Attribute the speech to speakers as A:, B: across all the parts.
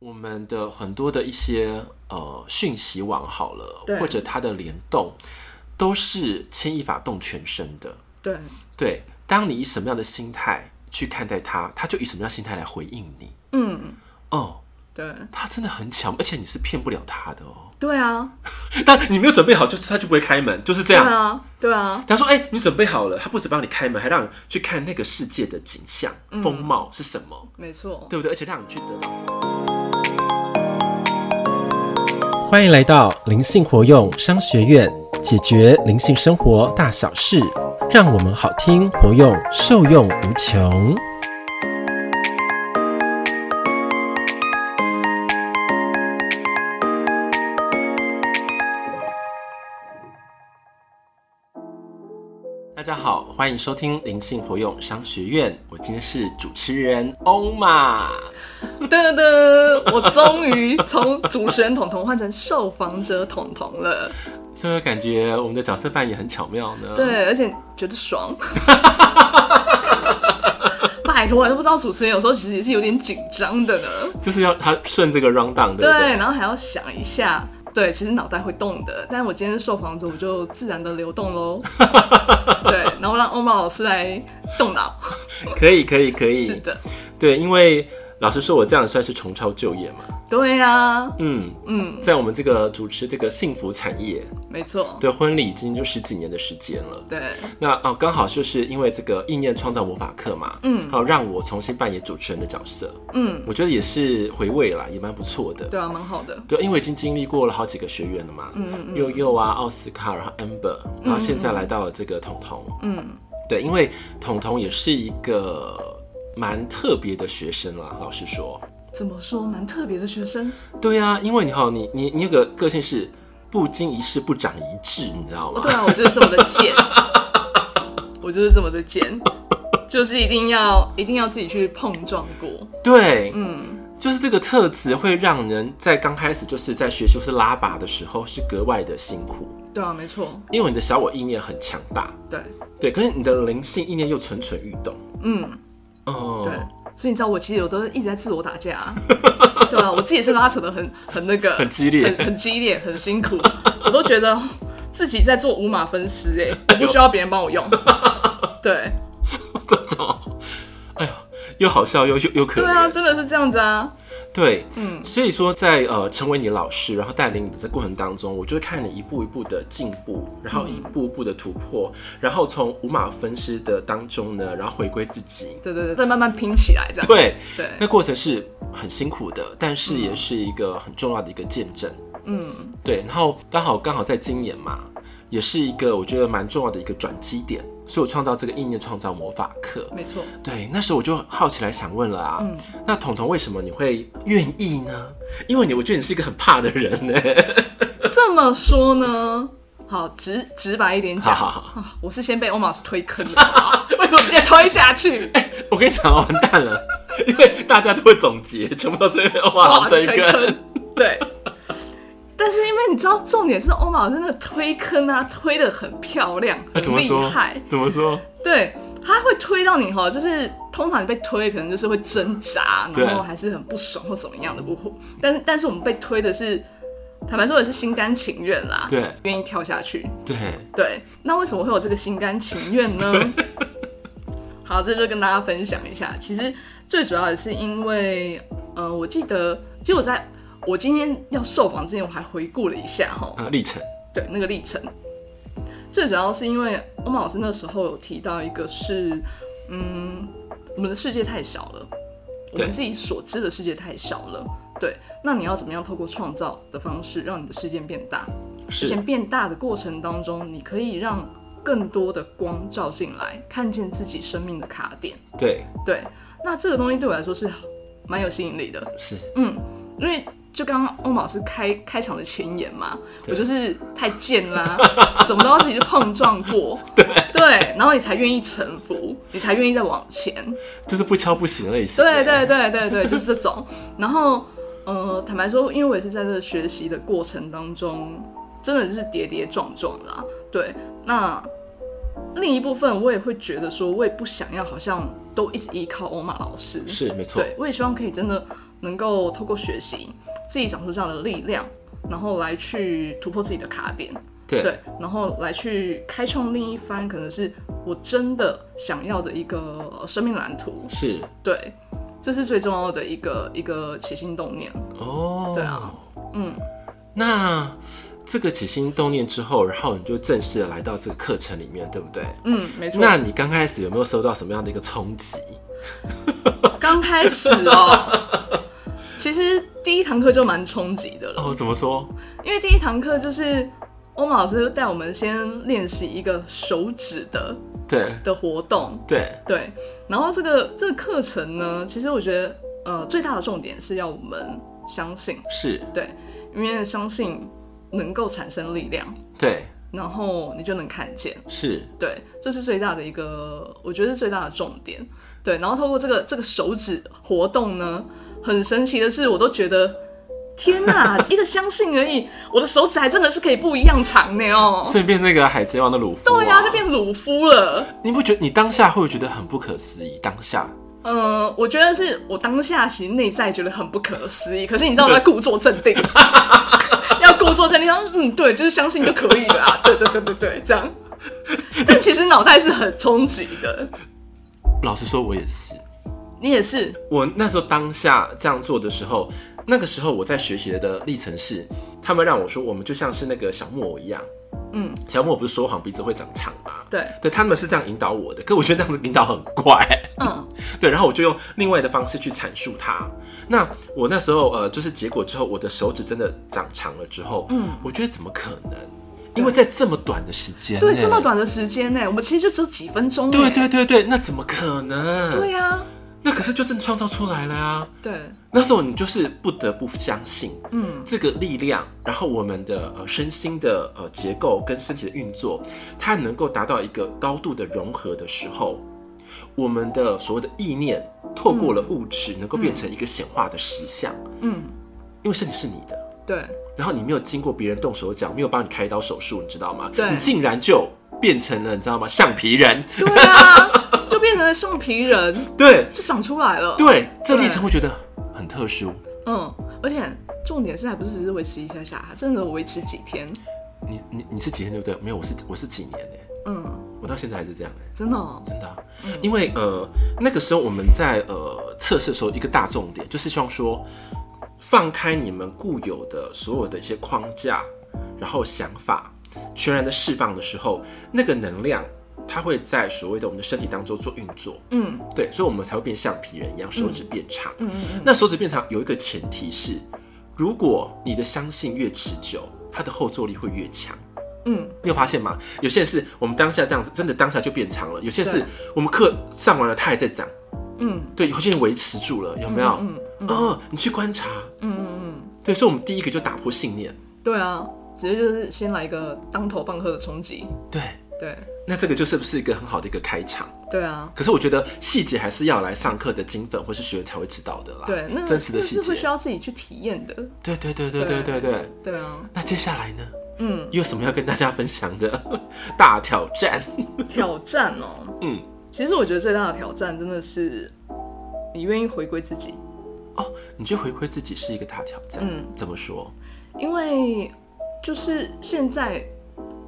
A: 我们的很多的一些呃讯息网好了
B: 对，
A: 或者它的联动，都是牵一发动全身的。
B: 对
A: 对，当你以什么样的心态去看待它，它就以什么样的心态来回应你。
B: 嗯，
A: 哦，
B: 对
A: 它真的很巧，而且你是骗不了它的哦。
B: 对啊，
A: 但你没有准备好，就是它就不会开门，就是这
B: 对
A: 样。
B: 啊，对啊，
A: 他说：“哎、你准备好了？他不止帮你开门，还让你去看那个世界的景象、
B: 嗯
A: 风貌是什么，
B: 没错。
A: 对不对？而且让你去得到。”欢迎来到灵性活用商学院，解决灵性生活大小事，让我们好听活用，受用无穷。大家好，欢迎收听灵性活用商学院，我今天是主持人欧玛。
B: 噔噔噔，我终于从主持人彤彤换成受访者彤彤了。
A: 所以我感觉我们的角色扮演很巧妙呢。
B: 对，而且觉得爽。 拜托，我都不知道主持人有时候其实也是有点紧张的呢。
A: 就是要他顺这个 round down，对不
B: 对，
A: 对？
B: 然后还要想一下。对，其实脑袋会动的，但我今天是受访者，我就自然的流动喽。对，然后让欧玛老师来动脑。
A: 可以，可以，可以。
B: 是的，
A: 对，因为老实说，我这样算是重操旧业嘛。
B: 对呀、
A: 嗯，
B: 嗯，
A: 在我们这个主持这个幸福产业，
B: 没错，
A: 对婚礼已经就十几年的时间了。
B: 对，
A: 那哦，刚好就是因为这个意念创造魔法课嘛，
B: 嗯
A: 好让我重新扮演主持人的角色，
B: 嗯，
A: 我觉得也是回味啦，也蛮不错的。
B: 对啊，蛮好的。
A: 对，因为已经经历过了好几个学院了嘛，
B: 嗯嗯
A: 佑佑啊，奥斯卡，然后 Amber，然后现在来到了这个彤彤，
B: 嗯，
A: 对，因为彤彤也是一个蛮特别的学生啦，老实说。
B: 怎么说，蛮特别的学生。
A: 对啊，因为你好，你你你有个个性是不经一事不长一智，你知道
B: 哦，
A: 吗？
B: 对啊，我就是这么的贱， 我就是这么的贱，就是一定要一定要自己去碰撞过。
A: 对，
B: 嗯，
A: 就是这个特质会让人在刚开始就是在学习或是拉拔的时候是格外的辛苦，
B: 对啊，没错，
A: 因为你的小我意念很强大，
B: 对，
A: 对，可是你的灵性意念又蠢蠢欲动。
B: 嗯。
A: 哦，
B: 对，所以你知道我其实我都一直在自我打架、啊， 对啊，我自己也是拉扯的很很那 个，
A: 很激烈
B: 很很激烈，很辛苦，我都觉得自己在做五马分尸哎、我不需要别人帮 我用，对
A: 这种，哎呀，又好笑又又又可
B: 对啊，
A: 怜，
B: 真的是这样子啊，
A: 对，
B: 嗯
A: 所以说在呃成为你老师，然后带领你的这过程当中，我就会看你一步一步的进步，然后一步一步的突破，然后从五马分尸的当中呢，然后回归自己。
B: 对对对，再慢慢拼起来这样，
A: 对，那
B: 对，
A: 过程是很辛苦的，但是也是一个很重要的一个见证。
B: 嗯，
A: 对，然后刚好刚好在今年嘛，也是一个我觉得蛮重要的一个转机点，所以我创造这个意念创造魔法课。
B: 没错，
A: 对，那时候我就好奇来想问了啊，
B: 嗯
A: 那彤彤为什么你会愿意呢？因为你，我觉得你是一个很怕的人 呢。
B: 这么说呢。好直直白一点讲，
A: 好好好
B: 啊我是先被欧马斯推坑 的，好不好为什么直接推下 去？
A: 我跟你讲，完蛋了， 因为大家都会总结，全部都是因为哇
B: 哇，
A: 好推
B: 推
A: 坑。
B: 坑， 对。但是因为你知道，重点是欧玛真的推坑啊，推的很漂亮，
A: 那
B: 很
A: 怎么
B: 厉
A: 说
B: 害。？
A: 怎么说？
B: 对，他会推到你哈，就是通常你被推，可能就是会挣扎，
A: 对
B: 然后还是很不爽或怎么样的不。但是但是我们被推的是，坦白说也是心甘情愿啦，
A: 对
B: 愿意跳下去。
A: 对，
B: 对，那为什么会有这个心甘情愿呢？ 好，这就跟大家分享一下。其实最主要也是因为，呃，我记得，其实我在我今天要受访之前，我还回顾了一下哈，
A: 呃，历程，
B: 对那个历程。最主要是因为欧曼老师那时候有提到一个是，嗯，我们的世界太小了，我
A: 对
B: 们自己所知的世界太小了。对，那你要怎么样透过创造的方式，让你的世界变大？之
A: 是
B: 前变大的过程当中，你可以让更多的光照进来，看见自己生命的卡点。
A: 对，
B: 对，那这个东西对我来说是蛮有吸引力的，嗯
A: 是
B: 因为就刚刚欧姆老师开开场的前言嘛，
A: 对
B: 我就是太贱啦， 什么都要自己去碰撞过，对然后你才愿意臣服，你才愿意再往前。
A: 就是不敲不行类型。
B: 对对对对对，就是这 种。然后，呃，坦白说，因为我也是在这个学习的过程当中，真的是跌跌撞撞啦。对，那另一部分我也会觉得说，我也不想要好像都一直依靠欧玛老师，
A: 是没错，
B: 对我也希望可以真的能够透过学习自己长出这样的力量，然后来去突破自己的卡点，
A: 对
B: 对，然后来去开创另一番可能是我真的想要的一个呃生命蓝图，
A: 是
B: 对，这是最重要的一个一个起心动念。
A: 哦，
B: 对啊，嗯，
A: 那这个起心动念之后，然后你就正式的来到这个课程里面，对不对？
B: 嗯，没错。
A: 那你刚开始有没有收到什么样的一个冲击？
B: 刚开始哦，其实第一堂课就蛮冲击的了，
A: 哦，怎么说？
B: 因为第一堂课就是欧马老师就带我们先练习一个手指的
A: 对
B: 的活动，
A: 对，
B: 对。然后这个这个课程呢，其实我觉得呃最大的重点是要我们相信，
A: 是，
B: 对，因为相信能够产生力量，
A: 对，
B: 然后你就能看见。
A: 是，
B: 对，这是最大的一个，我觉得是最大的重点。对，然后透过这个这个手指活动呢，很神奇的是，我都觉得天哪， 一个相信而已，我的手指还真的是可以不一样长的哦。
A: 顺便那个海贼王的鲁夫、啊
B: 对啊呀、就变鲁夫了。
A: 你不觉得你当下会觉得很不可思议？当下
B: 嗯，我觉得是我当下其实内在觉得很不可思议，可是你知道我在故作镇定，要故作镇定，然后嗯，对，就是相信就可以了、啊，对对对对对，这样。 但其实脑袋是很冲击的，
A: 老实说，我也是。
B: 你也是，
A: 我那时候当下这样做的时候，那个时候我在学习的历程是，他们让我说我们就像是那个小木偶一样，
B: 嗯，
A: 小木偶不是说谎鼻子会长长吗？
B: 对，
A: 对，他们是这样引导我的，可我觉得这样子引导很怪，
B: 嗯。
A: 对，然后我就用另外的方式去阐述它。那我那时候呃，就是结果之后，我的手指真的长长了之后，嗯，我觉得怎么可能？因为在这么短的时间内，
B: 对，这么短的时间呢，我们其实就只有几分钟。
A: 哎对对对对，那怎么可能？
B: 对呀、啊，
A: 那可是就真的创造出来了啊！
B: 对，
A: 那时候你就是不得不相信，
B: 嗯，
A: 这个力量，然后我们的呃身心的呃结构跟身体的运作，它能够达到一个高度的融合的时候，我们的所谓的意念透过了物质，能够变成一个显化的实像，
B: 嗯，
A: 因为身体是你的，
B: 对，
A: 然后你没有经过别人动手脚，没有帮你开刀手术，你知道吗？
B: 对
A: 你竟然就变成了你知道吗？橡皮人，
B: 对啊，就变成了橡皮人，
A: 对
B: 就长出来了。，
A: 对，这
B: 对
A: 历程会觉得很特殊。
B: 嗯，而且重点是还不是只是维持一下下，真的维持几天，
A: 你你你是几天对不对？没有，我是我是几年呢、
B: 嗯，
A: 我到现在还是这样哎、
B: 真的、哦，
A: 真的啊、因为呃那个时候我们在呃测试的时候，一个大重点就是希望说放开你们固有的所有的一些框架，然后想法全然的释放的时候，那个能量它会在所谓的我们的身体当中做运作，
B: 嗯
A: 对，所以我们才会变橡皮人一样，手指变长。
B: 嗯嗯
A: 那手指变长有一个前提是，如果你的相信越持久，它的后坐力会越强。
B: 嗯，
A: 你有发现吗？有些人是我们当下这样子，真的当下就变长了；有些人是
B: 对
A: 我们课上完了，它还在长。
B: 嗯
A: 对，有些人维持住了，有没有？嗯
B: 嗯嗯
A: 你去观察。
B: 嗯嗯
A: 对，所以我们第一个就打破信念。
B: 嗯，对啊，直接就是先来一个当头棒喝的冲击，
A: 对，
B: 对
A: 那这个就是不是一个很好的一个开场？
B: 对啊。
A: 可是我觉得细节还是要来上课的金粉或是学员才会知道的啦。
B: 对，那
A: 真实的
B: 那
A: 细
B: 是会需
A: 节。
B: 要自己去体验的，
A: 对对对对对对对。
B: 对啊，
A: 那接下来呢？
B: 嗯，
A: 有什么要跟大家分享的 大挑战？
B: 挑战哦、
A: 嗯，
B: 其实我觉得最大的挑战真的是你愿意回归自己，
A: 哦，你觉得回馈自己是一个大挑战？
B: 嗯，
A: 怎么说？
B: 因为就是现在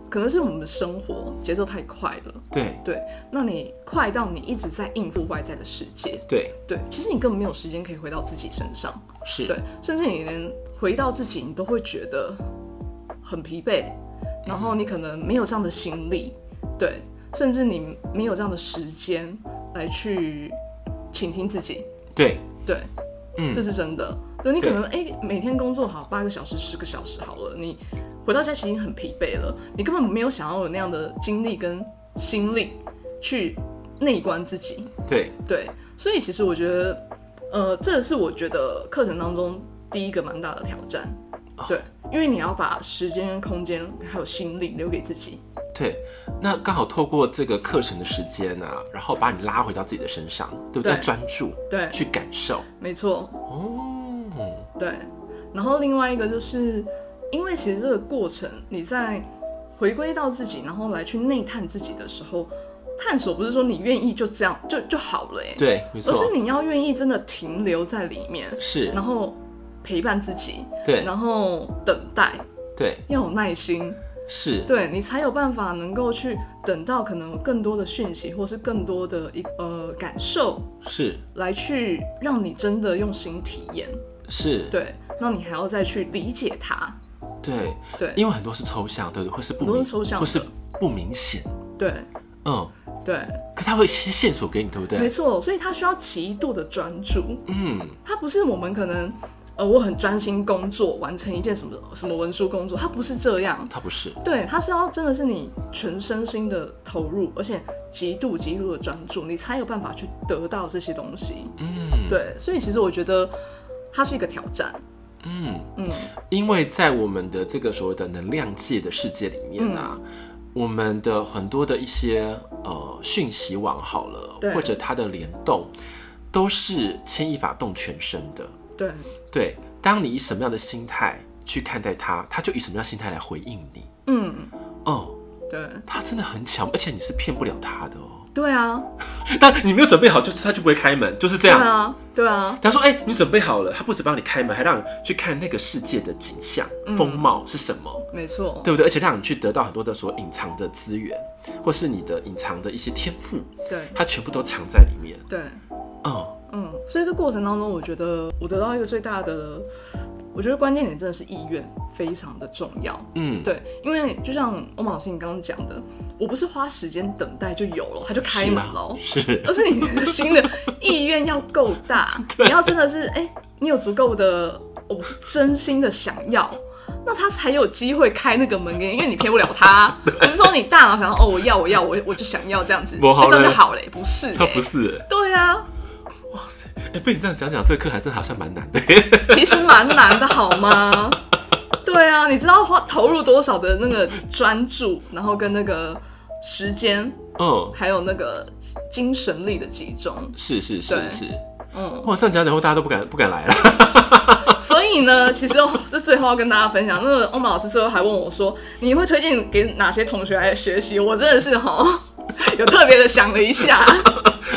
B: 可能是我们的生活节奏太快了，
A: 对
B: 对，那你快到你一直在应付外在的世界，
A: 对
B: 对，其实你根本没有时间可以回到自己身上，
A: 是，
B: 对，甚至你连回到自己，你都会觉得很疲惫，然后你可能没有这样的心力，对，甚至你没有这样的时间来去倾听自己，
A: 对
B: 对，
A: 嗯
B: 这是真的。对你可能哎、每天工作好八个小时、十个小时好了，你回到家其实已经很疲惫了，你根本没有想要有那样的精力跟心力去内观自己。
A: 对
B: 对，所以其实我觉得，呃，这是我觉得课程当中第一个蛮大的挑战。对，因为你要把时间跟空间还有心力留给自己。
A: 对。那刚好透过这个课程的时间啊，然后把你拉回到自己的身上，对不对？
B: 对
A: 要专注
B: 对，
A: 去感受。
B: 没错。
A: 哦，
B: 对，然后另外一个就是，因为其实这个过程你在回归到自己，然后来去内探自己的时候，探索不是说你愿意就这样就就好了哎、
A: 对，没错
B: 而，是你要愿意真的停留在里面，
A: 是
B: 然，后陪伴自己，
A: 对
B: 然后等待，
A: 对
B: 要有耐心，
A: 是，
B: 对你才有办法能够去等到可能更多的讯息，或是更多的一呃感受，
A: 是
B: 来去让你真的用心体验。
A: 是，
B: 对，那你还要再去理解它。
A: 对
B: 对
A: 因为很多是抽象，对不对？或是不
B: 很多
A: 明，
B: 是抽象的
A: 或是不明显，
B: 对
A: 嗯，
B: 对，
A: 可他会一些线索给你，对不
B: 没
A: 对？
B: 错，所以它需要极度的专注，
A: 嗯，
B: 它不是我们可能。呃，我很专心工作，完成一件什么什么文书工作，它不是这样，
A: 他不是，
B: 对，它是要真的是你全身心的投入，而且极度极度的专注，你才有办法去得到这些东西。
A: 嗯，
B: 对，所以其实我觉得它是一个挑战。
A: 嗯。
B: 嗯，
A: 因为在我们的这个所谓的能量界的世界里面啊，我们的很多的一些呃讯息网好了
B: 对，
A: 或者它的联动，都是牵一发动全身的。
B: 对
A: 对，当你以什么样的心态去看待它，它就以什么样的心态来回应你。
B: 嗯，
A: 哦，
B: 对，
A: 它真的很巧，而且你是骗不了它的哦。
B: 对啊，
A: 但你没有准备好，就是它就不会开门，就是这
B: 对
A: 样。
B: 啊，对啊，
A: 他说：“哎、你准备好了？他不止帮你开门，还让你去看那个世界的景象、风貌是什么。
B: 没错，
A: 对不对？而且让你去得到很多的所隐藏的资源，或是你的隐藏的一些天赋，
B: 对
A: 它全部都藏在里面。
B: 对，
A: 嗯，
B: 嗯，所以这过程当中，我觉得我得到一个最大的，我觉得关键点真的是意愿非常的重要。
A: 嗯，
B: 对，因为就像欧马老师你刚刚讲的，我不是花时间等待就有了，它就开门了，
A: 是啊是
B: 而是你的心的意愿要够 大，你要真的是哎、你有足够的，我是真心的想要。那他才有机会开那个门给你，因为你骗不了 他。不是说你大脑想要哦，我要我要我我就想要这样子，
A: 不好
B: 哎这样就
A: 嘞
B: 好嘞，不是、
A: 它
B: 欸？
A: 不是。
B: 对啊，
A: 哇塞，哎、被你这样讲讲，这个课还真的好像蛮难的。
B: 其实蛮难的，好吗？对啊，你知道花投入多少的那个专注，然后跟那个时间，
A: 嗯，
B: 还有那个精神力的集中，
A: 是是
B: 对
A: 是是。
B: 嗯，
A: 哇，这样讲讲后，大家都不敢不敢来了。
B: 所以呢，其实哦，这最后要跟大家分享，那个欧马老师最后还问我说，你会推荐给哪些同学来学习？我真的是哈、哦， 有特别的想了一下，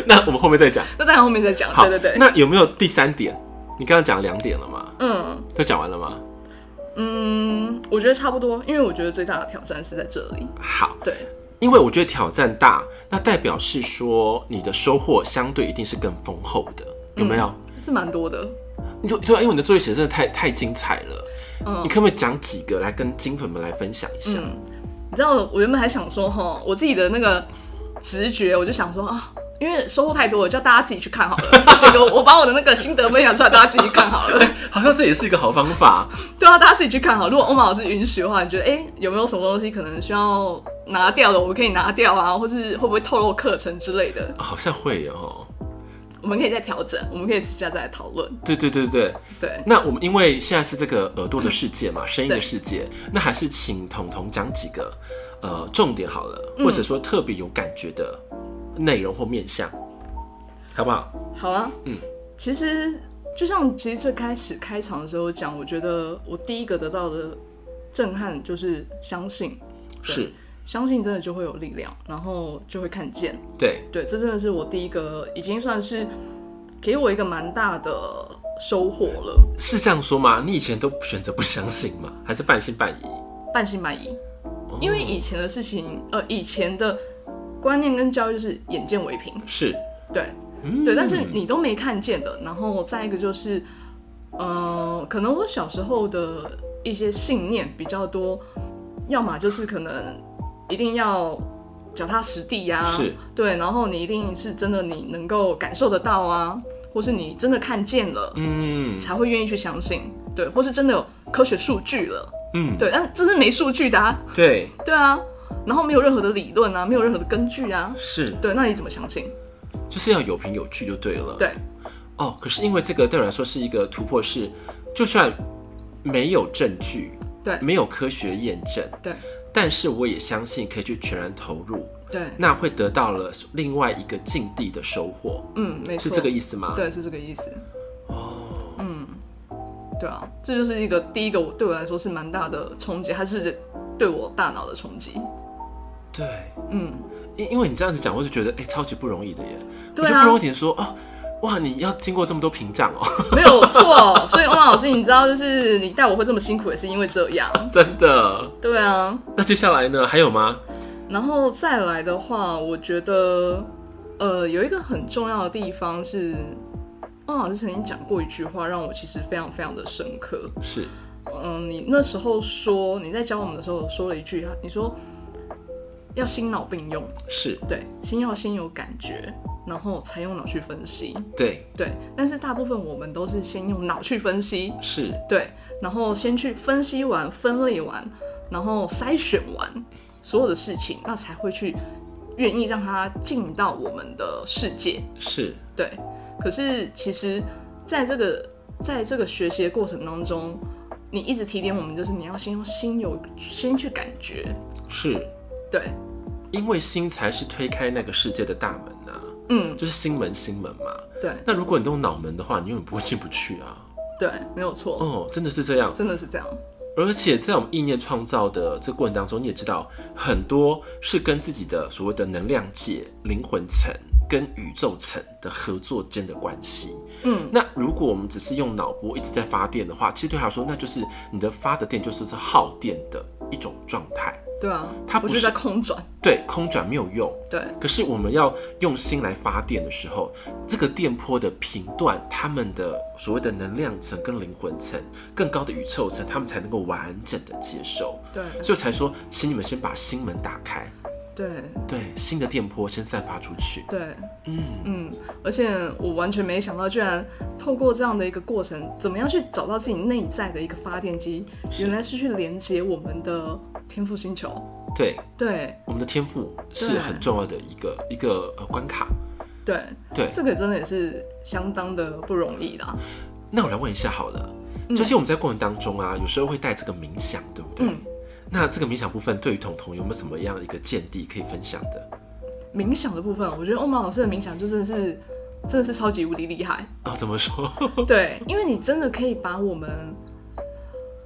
A: 那我们后面再讲。
B: 那当然后面再讲，
A: 好，
B: 对对对，
A: 那有没有第三点？你刚刚讲两点了吗？
B: 嗯
A: 都讲完了吗？
B: 嗯，我觉得差不多，因为我觉得最大的挑战是在这里，
A: 好，
B: 对
A: 因为我觉得挑战大，那代表是说你的收获相对一定是更丰厚的，有没有？
B: 是蛮多的，
A: 你就对啊，因为你的作业写得真的太太精彩了，
B: 嗯
A: 你。可不可以讲几个来跟金粉们来分享一下？
B: 嗯，你知道我原本还想说哈，我自己的那个直觉，我就想说啊，因为收获太多了，叫大家自己去看好了。结果我把我的那个心得分享出来，大家自己去看好了。
A: 好像这也是一个好方法。
B: 对啊，大家自己去看好。如果欧马老师允许的话，你觉得哎、诶有没有什么东西可能需要拿掉的，我可以拿掉啊，或是会不会透露课程之类的，
A: 好像会哦。
B: 我们可以再调整，我们可以私下再来讨论。
A: 对对对对，
B: 对，
A: 那我们因为现在是这个耳朵的世界嘛，声音的世界，那还是请彤彤讲几个呃重点好了，或
B: 嗯
A: 者说特别有感觉的内容或面向，好不好？
B: 好啊，
A: 嗯，
B: 其实就像其实最开始开场的时候讲，我觉得我第一个得到的震撼就是相信。对
A: 是，
B: 相信真的就会有力量，然后就会看见。
A: 对，
B: 对，这真的是我第一个，已经算是给我一个蛮大的收获了，
A: 是这样说吗？你以前都选择不相信吗？还是半信半疑？
B: 半信半疑。
A: 哦
B: 因为以前的事情，呃，以前的观念跟教育就是眼见为凭，
A: 是，
B: 对
A: 嗯
B: 对，但是你都没看见的。然后再一个就是，呃，可能我小时候的一些信念比较多，要么就是可能一定要脚踏实地呀、
A: 是
B: 对，然后你一定是真的你能够感受得到啊，或是你真的看见了，
A: 嗯
B: 才会愿意去相信，对，或是真的有科学数据了，
A: 嗯，
B: 对，但真的没数据的、啊，
A: 对，
B: 对啊，然后没有任何的理论啊，没有任何的根据啊，
A: 是。
B: 对，那你怎么相信？
A: 就是要有凭有据就对了。
B: 对，
A: 哦，可是因为这个对我来说是一个突破是，就算没有证据，
B: 对
A: 没有科学验证，
B: 对，
A: 但是我也相信可以去全然投入，
B: 对，
A: 那会得到了另外一个境地的收获，
B: 嗯，没
A: 是
B: 错，
A: 这个意思吗？，
B: 对，是这个意思，
A: 哦，
B: 嗯，对啊，这就是一个第一个我对我来说是蛮大的冲击，还是对我大脑的冲击，
A: 对，
B: 嗯，
A: 因因为你这样子讲，我就觉得哎、超级不容易的耶。
B: 对
A: 我就
B: 啊
A: 不容易点说哦，哇，你要经过这么多屏障哦，
B: 没有错。 所以汪老师，你知道，就是你带我会这么辛苦，也是因为这样。
A: 真的。
B: 对啊，
A: 那接下来呢？还有吗？
B: 然后再来的话，我觉得，呃，有一个很重要的地方是，汪老师曾经讲过一句话，让我其实非常非常的深刻。
A: 是
B: 嗯，你那时候说你在教我们的时候说了一句，你说要心脑并用，
A: 是，
B: 对，心要先有感觉，然后才用脑去分析，
A: 对
B: 对。但是大部分我们都是先用脑去分析，
A: 是，
B: 对，然后先去分析完、分类完，然后筛选完所有的事情，那才会去愿意让它进到我们的世界。
A: 是
B: 对，可是其实在这个在这个学习的过程当中，你一直提点我们，就是你要先用心有先去感觉，
A: 是，
B: 对，
A: 因为心才是推开那个世界的大门呐、
B: 嗯，
A: 就是心门心门嘛。
B: 对
A: 那如果你用脑门的话，你永远不会进不去啊。
B: 对，没有错，
A: 哦，真的是这样。
B: 真的是这样，
A: 而且在我们意念创造的这过程当中，你也知道，很多是跟自己的所谓的能量界、灵魂层跟宇宙层的合作间的关系。
B: 嗯，
A: 那如果我们只是用脑波一直在发电的话，其实对他来说，那就是你的发的电就是是耗电的一种状态。
B: 对啊，
A: 它
B: 我
A: 不
B: 就是在空转，
A: 对，空转没有用。
B: 对，
A: 可是我们要用心来发电的时候，这个电波的频段，他们的所谓的能量层跟灵魂层、更高的宇宙层，他们才能够完整的接收。
B: 对，
A: 所以才说，请你们先把心门打开，
B: 对，
A: 对，新的电波先散发出去。
B: 对，
A: 嗯，
B: 嗯，而且我完全没想到，居然透过这样的一个过程，怎么样去找到自己内在的一个发电机，原来是去连接我们的天赋星球。
A: 对，
B: 对
A: 我们的天赋是
B: 对
A: 很重要的一个一个呃关卡。
B: 对，
A: 对，
B: 这个真的也是相当的不容易啦。
A: 那我来问一下好了，就是我们在过程当中啊，有时候会带这个冥想，对不对？
B: 嗯
A: 那这个冥想部分对于彤彤有没有什么样的一个见地可以分享的？
B: 冥想的部分，我觉得欧哦玛老师的冥想就真的是真的是超级无敌厉 害。
A: 啊、怎么说？
B: 对，因为你真的可以把我们，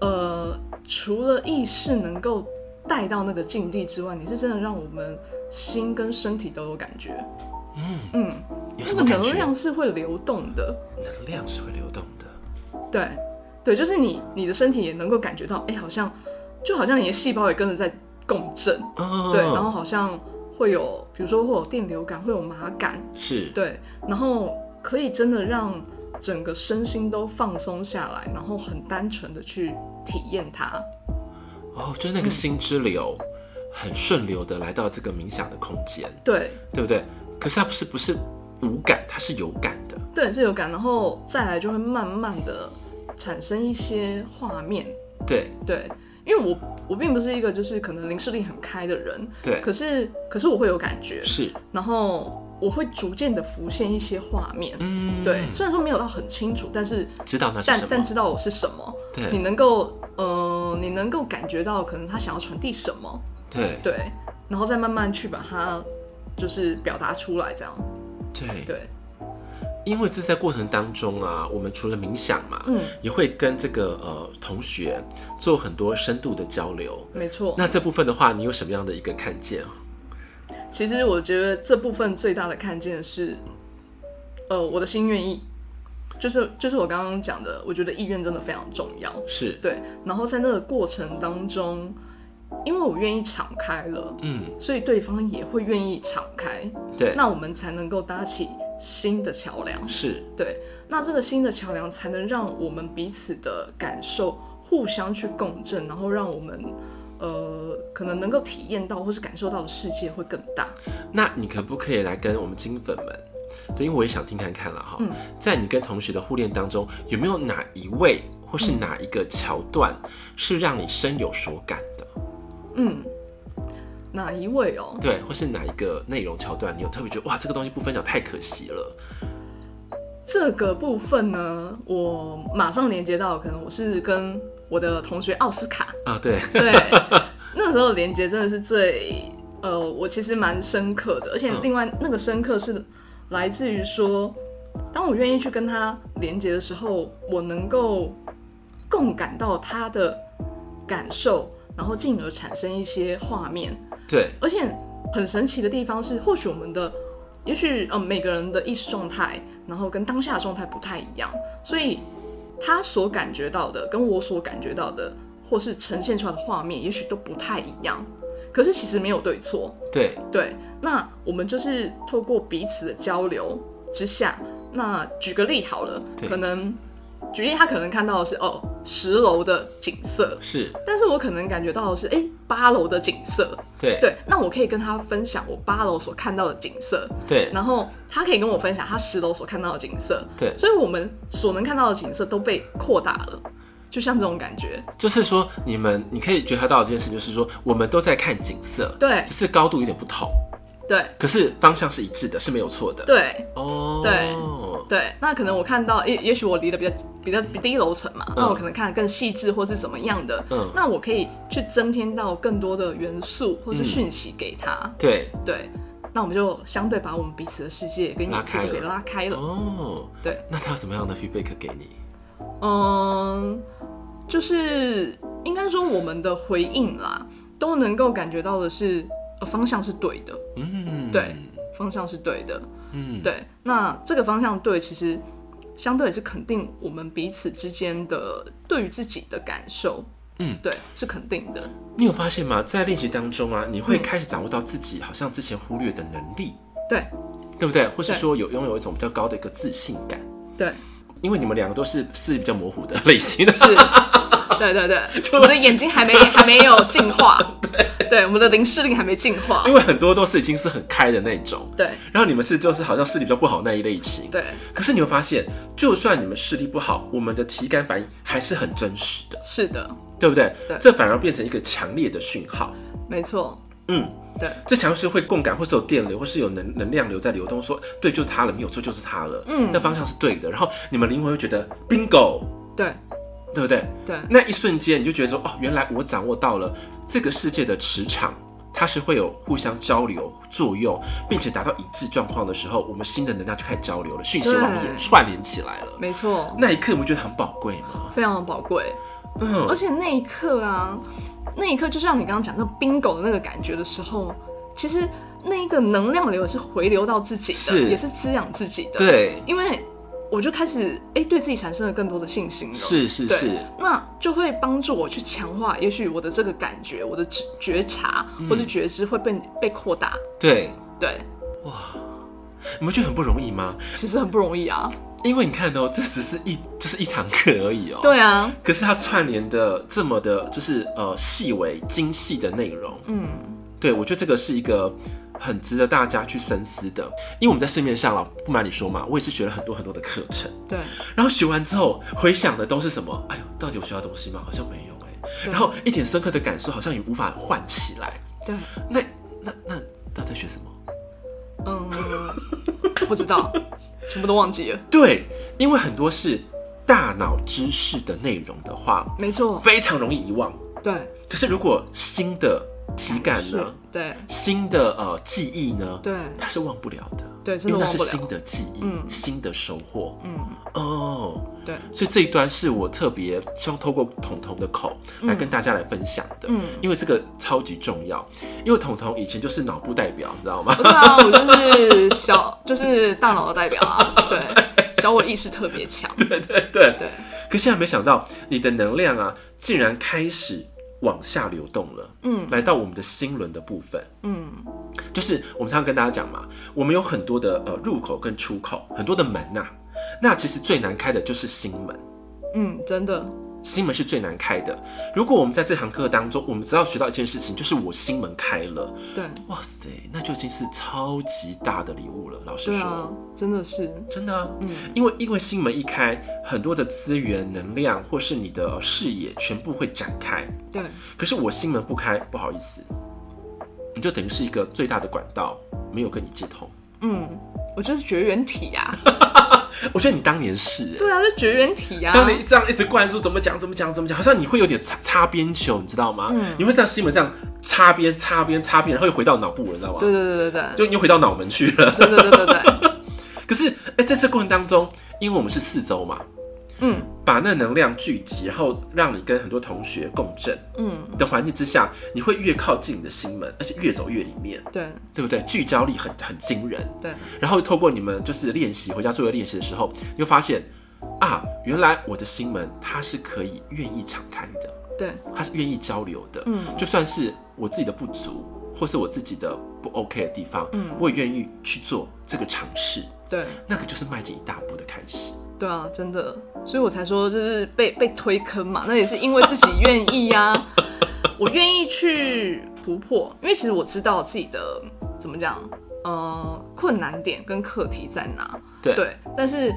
B: 呃，除了意识能够带到那个境地之外，你是真的让我们心跟身体都有感觉。嗯
A: 有什
B: 这
A: 么
B: 个
A: 感
B: 能
A: 觉？
B: 量是会流动的，
A: 能量是会流动的，
B: 对对，就是你你的身体也能够感觉到，哎、好像就好像你的细胞也跟着在共振，
A: 哦
B: 对，然后好像会有，比如说会有电流感，会有麻感，
A: 是，
B: 对，然后可以真的让整个身心都放松下来，然后很单纯的去体验它。
A: 哦，就是那个心之流，很顺流的来到这个冥想的空间，
B: 对
A: 对不对？可是它不是不是无感，它是有感的，
B: 对，是有感，然后再来就会慢慢的产生一些画面。
A: 对
B: 对，因为我我并不是一个就是可能凝视力很开的人，
A: 对，
B: 可是可是我会有感觉，
A: 是，
B: 然后我会逐渐的浮现一些画面。
A: 嗯，
B: 对，，虽然说没有到很清楚，但是
A: 知道那是
B: 但
A: 什
B: 但
A: 么，
B: 知道我是什么，你
A: 对
B: 能够呃，你能够感觉到可能他想要传递什么，
A: 对
B: 对，然后再慢慢去把它就是表达出来，这样，
A: 对
B: 对，
A: 因为这在过程当中啊，我们除了冥想嘛，
B: 嗯，
A: 也会跟这个呃同学做很多深度的交流。
B: 没错。
A: 那这部分的话，你有什么样的一个看见啊？
B: 其实我觉得这部分最大的看见是，呃，我的心愿意，就是就是我刚刚讲的，我觉得意愿真的非常重要。
A: 是，
B: 对，然后在那个过程当中，因为我愿意敞开了，
A: 嗯，
B: 所以对方也会愿意敞开，
A: 对，
B: 那我们才能够搭起新的桥梁。
A: 是
B: 对，那这个新的桥梁才能让我们彼此的感受互相去共振，然后让我们呃可能能够体验到或是感受到的世界会更大。
A: 那你可不可以来跟我们金粉们？对，因为我也想听看看了哈。
B: 嗯
A: 在你跟同学的互练当中，有没有哪一位或是哪一个桥段是让你深有所感的？
B: 嗯，哪一位哦？
A: 对，或是哪一个内容桥段，你有特别觉得哇，这个东西不分享太可惜了？
B: 这个部分呢，我马上连接到，可能我是跟我的同学奥斯卡，
A: 啊，对，
B: 对，那时候连接真的是最呃，我其实蛮深刻的，而且
A: 嗯
B: 另外那个深刻是来自于说，当我愿意去跟他连接的时候，我能够共感到他的感受，然后进而产生一些画面，
A: 对，
B: 而且很神奇的地方是，或许我们的，也许呃每个人的意识状态，然后跟当下的状态不太一样，所以他所感觉到的，跟我所感觉到的，或是呈现出来的画面，也许都不太一样。可是其实没有对错，
A: 对，
B: 对，那我们就是透过彼此的交流之下，那举个例好了
A: 对，
B: 可能举例他可能看到的是哦十楼的景色，
A: 是，
B: 但是我可能感觉到的是哎八楼的景色，
A: 对，
B: 对，那我可以跟他分享我八楼所看到的景色，
A: 对，
B: 然后他可以跟我分享他十楼所看到的景色，
A: 对，
B: 所以我们所能看到的景色都被扩大了，就像这种感觉，
A: 就是说你们你可以觉察到的这件事，就是说我们都在看景色，
B: 对
A: 只是高度有点不同，
B: 对
A: 可是方向是一致的，是没有错的。
B: 对
A: 哦，
B: 对对，那可能我看到也也许我离得比较比较比低楼层嘛，那我可能看得更细致或是怎么样的，
A: 嗯
B: 那我可以去增添到更多的元素或
A: 嗯
B: 是讯息给他，
A: 对，
B: 对，那我们就相对把我们彼此的世界跟眼界
A: 拉开
B: 都给
A: 了
B: 拉开了，
A: 哦，
B: 对。
A: 那他有什么样的 feedback 给你？
B: 嗯，就是应该说我们的回应啦，都能够感觉到的是、呃、方向是对的，
A: 嗯，
B: 对，方向是对的，
A: 嗯，
B: 对。那这个方向对，其实相对也是肯定我们彼此之间的对于自己的感受，
A: 嗯，
B: 对，是肯定的，
A: 你有发现吗？在练习当中啊，你会
B: 嗯
A: 开始掌握到自己好像之前忽略的能力，
B: 对，
A: 对不对？或是
B: 对
A: 说有拥有一种比较高的一个自信感，
B: 对，
A: 因为你们两个都是是比较模糊的类型的。
B: 是。对对对，我们的眼睛还没还没有进化，对我们的零视力还没进化
A: 因，为很多都是已经是很开的那种，
B: 对
A: 然后你们是就是好像视力比较不好那一类型，
B: 对
A: 可是你会发现，就算你们视力不好，我们的体感反应还是很真实的，
B: 是的，
A: 对不对？
B: 对
A: 这反而变成一个强烈的讯号。
B: 没错，
A: 嗯，
B: 对
A: 这强是会共感，或是有电流，或是有能能量流在流动，说对，就是它了，没有错，就是它了。
B: 嗯
A: 那方向是对的，然后你们灵魂会觉得 bingo，
B: 对
A: 对不对？
B: 对
A: 那一瞬间你就觉得说，哦，原来我掌握到了这个世界的磁场，它是会有互相交流作用，并且达到一致状况的时候，我们新的能量就开始交流了，讯息网也
B: 对
A: 串联起来了。
B: 没错，
A: 那一刻，我觉得很宝贵吗？
B: 非常宝贵。而
A: 嗯，
B: 且那一刻啊，那一刻就像你刚刚讲那 bingo 的那个感觉的时候，其实那一个能量流也是回流到自己的，
A: 是
B: 也是滋养自己的。，
A: 对，
B: 因为我就开始哎、诶对自己产生了更多的信心了。。
A: 是是
B: 对
A: 是，
B: 那就会帮助我去强化，也许我的这个感觉、我的直觉察
A: 嗯
B: 或是觉知会被、被扩大。
A: 对，
B: 对，
A: 你们觉得很不容易吗？
B: 其实很不容易啊。
A: 因为你看哦，这只是一，这是一堂课而已哦。
B: 对啊，
A: 可是它串联的这么的，就是呃细微精细的内容，
B: 嗯，
A: 对我觉得这个是一个很值得大家去深思的。因为我们在市面上了，不瞒你说嘛，我也是学了很多很多的课程，
B: 对，
A: 然后学完之后回想的都是什么？哎呦，到底有学到东西吗？好像没有哎、
B: 对
A: 然后一点深刻的感受好像也无法唤起来。
B: 对，
A: 那那那到底在学什么？
B: 嗯，不知道，全部都忘记了。
A: 对，因为很多是大脑知识的内容的话，
B: 没错，
A: 非常容易遗忘。
B: 对，
A: 可是如果新的体感
B: 是
A: 呢？，
B: 对
A: 新的呃记忆呢？
B: 对
A: 它是忘不了的。
B: 对，真
A: 因为
B: 的
A: 那
B: 忘
A: 是
B: 不
A: 新
B: 了。
A: 的记忆，
B: 嗯
A: 新的收获
B: 嗯，
A: 哦。
B: 对，
A: 所以这一端是我特别希望透过彤彤的口来跟大家来分享的，
B: 嗯
A: 因为这个超级重要。因为彤彤以前就是脑部代表，你知道吗？
B: 对啊，我就是小，就是大脑的代表啊，对，小我意识特别强，对
A: 对对。
B: 对
A: 可现在没想到你的能量啊，竟然开始往下流动了，
B: 嗯
A: 来到我们的心轮的部分。
B: 嗯，
A: 就是我们常常跟大家讲嘛，我们有很多的呃入口跟出口，很多的门呐、那其实最难开的就是心门。
B: 嗯，真的，
A: 心门是最难开的。如果我们在这堂课当中，我们只要学到一件事情，就是我心门开了，
B: 对
A: 哇塞，那就已经是超级大的礼物了。老实
B: 对
A: 说，
B: 啊，真的是，
A: 真的啊、
B: 嗯
A: 因为因为心门一开，很多的资源、能量或是你的呃视野全部会展开。
B: 对
A: 可是我心门不开，不好意思，你就等于是一个最大的管道没有跟你接通。
B: 嗯，我就是绝缘体呀，
A: 我觉得你当年是、欸。
B: 对啊，就绝缘体 呀，
A: 当你这样一直灌输怎么讲怎么讲怎么讲，好像你会有点擦擦边球，你知道吗？
B: 嗯
A: 你会这样心门这样擦边擦边擦边，然后又回到脑部了，你知道吗？
B: 对对对对对
A: 就又回到脑门去了。
B: 对对对对对，
A: 可是，哎、在这过程当中，因为我们是四周嘛，
B: 嗯
A: 把那能量聚集，然后让你跟很多同学共振
B: 嗯，
A: 的环境之下，你会越靠近你的心门，而且越走越里面，
B: 对
A: 对不对？聚焦力很很惊人。
B: 对，
A: 然后透过你们就是练习回家作业练习的时候，你会发现啊，原来我的心门它是可以愿意敞开的，
B: 对，
A: 它是愿意交流的。
B: 嗯
A: 就算是我自己的不足，或是我自己的不 OK 的地方，
B: 嗯
A: 我也愿意去做这个尝试，
B: 对
A: 那个就是迈进一大步的开始。
B: 对啊，真的，所以我才说就是被被推坑嘛，那也是因为自己愿意呀、我愿意去突破，因为其实我知道自己的怎么讲，呃，困难点跟课题在哪，
A: 对
B: 对，但是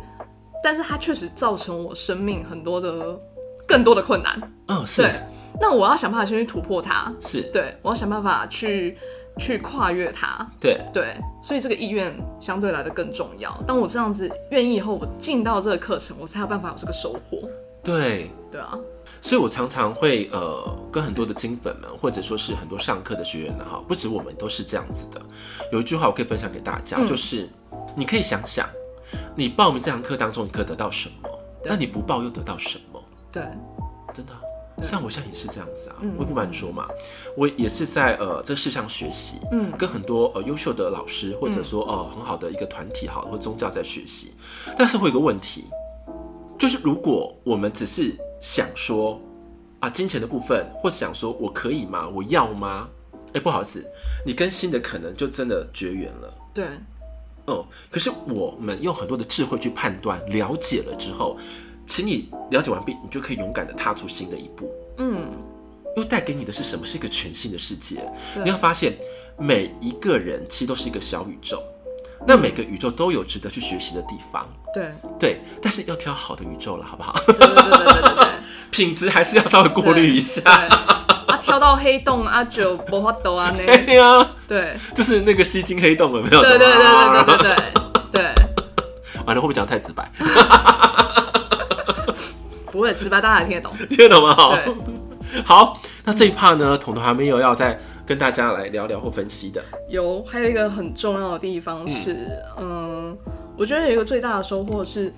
B: 但是它确实造成我生命很多的更多的困难，
A: 嗯，是
B: 对，那我要想办法先去突破它，
A: 是，
B: 对我要想办法去去跨越它，
A: 对
B: 对，所以这个意愿相对来的更重要。当我这样子愿意以后，我进到这个课程，我才有办法有这个收获，
A: 对。
B: 对啊，
A: 所以我常常会呃跟很多的金粉们，或者说是很多上课的学员哈，不止我们都是这样子的。有一句话我可以分享给大家，
B: 嗯
A: 就是你可以想想，你报名这堂课当中，你可以得到什么？
B: 对
A: 那你不报又得到什么？
B: 对，
A: 真的啊、
B: 对
A: 像我现在也是这样子啊，
B: 嗯
A: 我也不瞒你说嘛，我也是在呃这世上学习，
B: 嗯
A: 跟很多呃优秀的老师，或者说呃很好的一个团体好了，或宗教在学习。但是会有一个问题，就是如果我们只是想说啊金钱的部分，或者想说我可以吗？我要吗？哎、不好意思，你跟新的可能就真的绝缘了。
B: 对，
A: 嗯，可是我们用很多的智慧去判断、了解了之后，请你了解完毕，你就可以勇敢的踏出新的一步。
B: 嗯，
A: 又带给你的是什么？是一个全新的世界。
B: 对
A: 你要发现，每一个人其实都是一个小宇宙，那每个宇宙都有值得去学习的地方。
B: 对，
A: 对，但是要挑好的宇宙了，好不好？
B: 对对对对对对，
A: 品质还是要稍微过滤一
B: 对
A: 下。
B: 啊，跳到黑洞啊，就不法抖啊呢，
A: 哎呀，
B: 对，
A: 就是那个吸金黑洞有没有？
B: 对对对对对对对对，
A: 完了会不会讲得太直白？
B: 不会直白，大家也听得懂，
A: 听得懂吗？好
B: 对，
A: 好，那这一趴呢，彤彤还没有要再跟大家来聊聊或分析的。
B: 有，还有一个很重要的地方是，嗯我觉得有一个最大的收获是，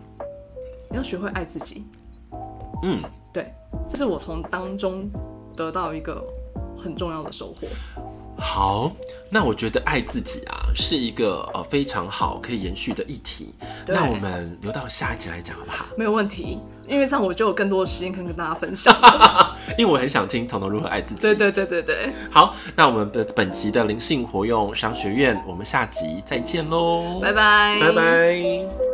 B: 你要学会爱自己。
A: 嗯，
B: 对，这是我从当中得到一个很重要的收获。
A: 好，那我觉得爱自己啊，是一个呃非常好可以延续的议题。
B: 对
A: 那我们留到下一集来讲好不好？
B: 没有问题，因为这样我就有更多的时间可以跟大家分 享。
A: 因为我很想听彤彤如何爱自己。
B: 对对对对对，
A: 好，那我们的本集的灵性活用商学院，我们下集再见喽，
B: 拜拜，
A: 拜拜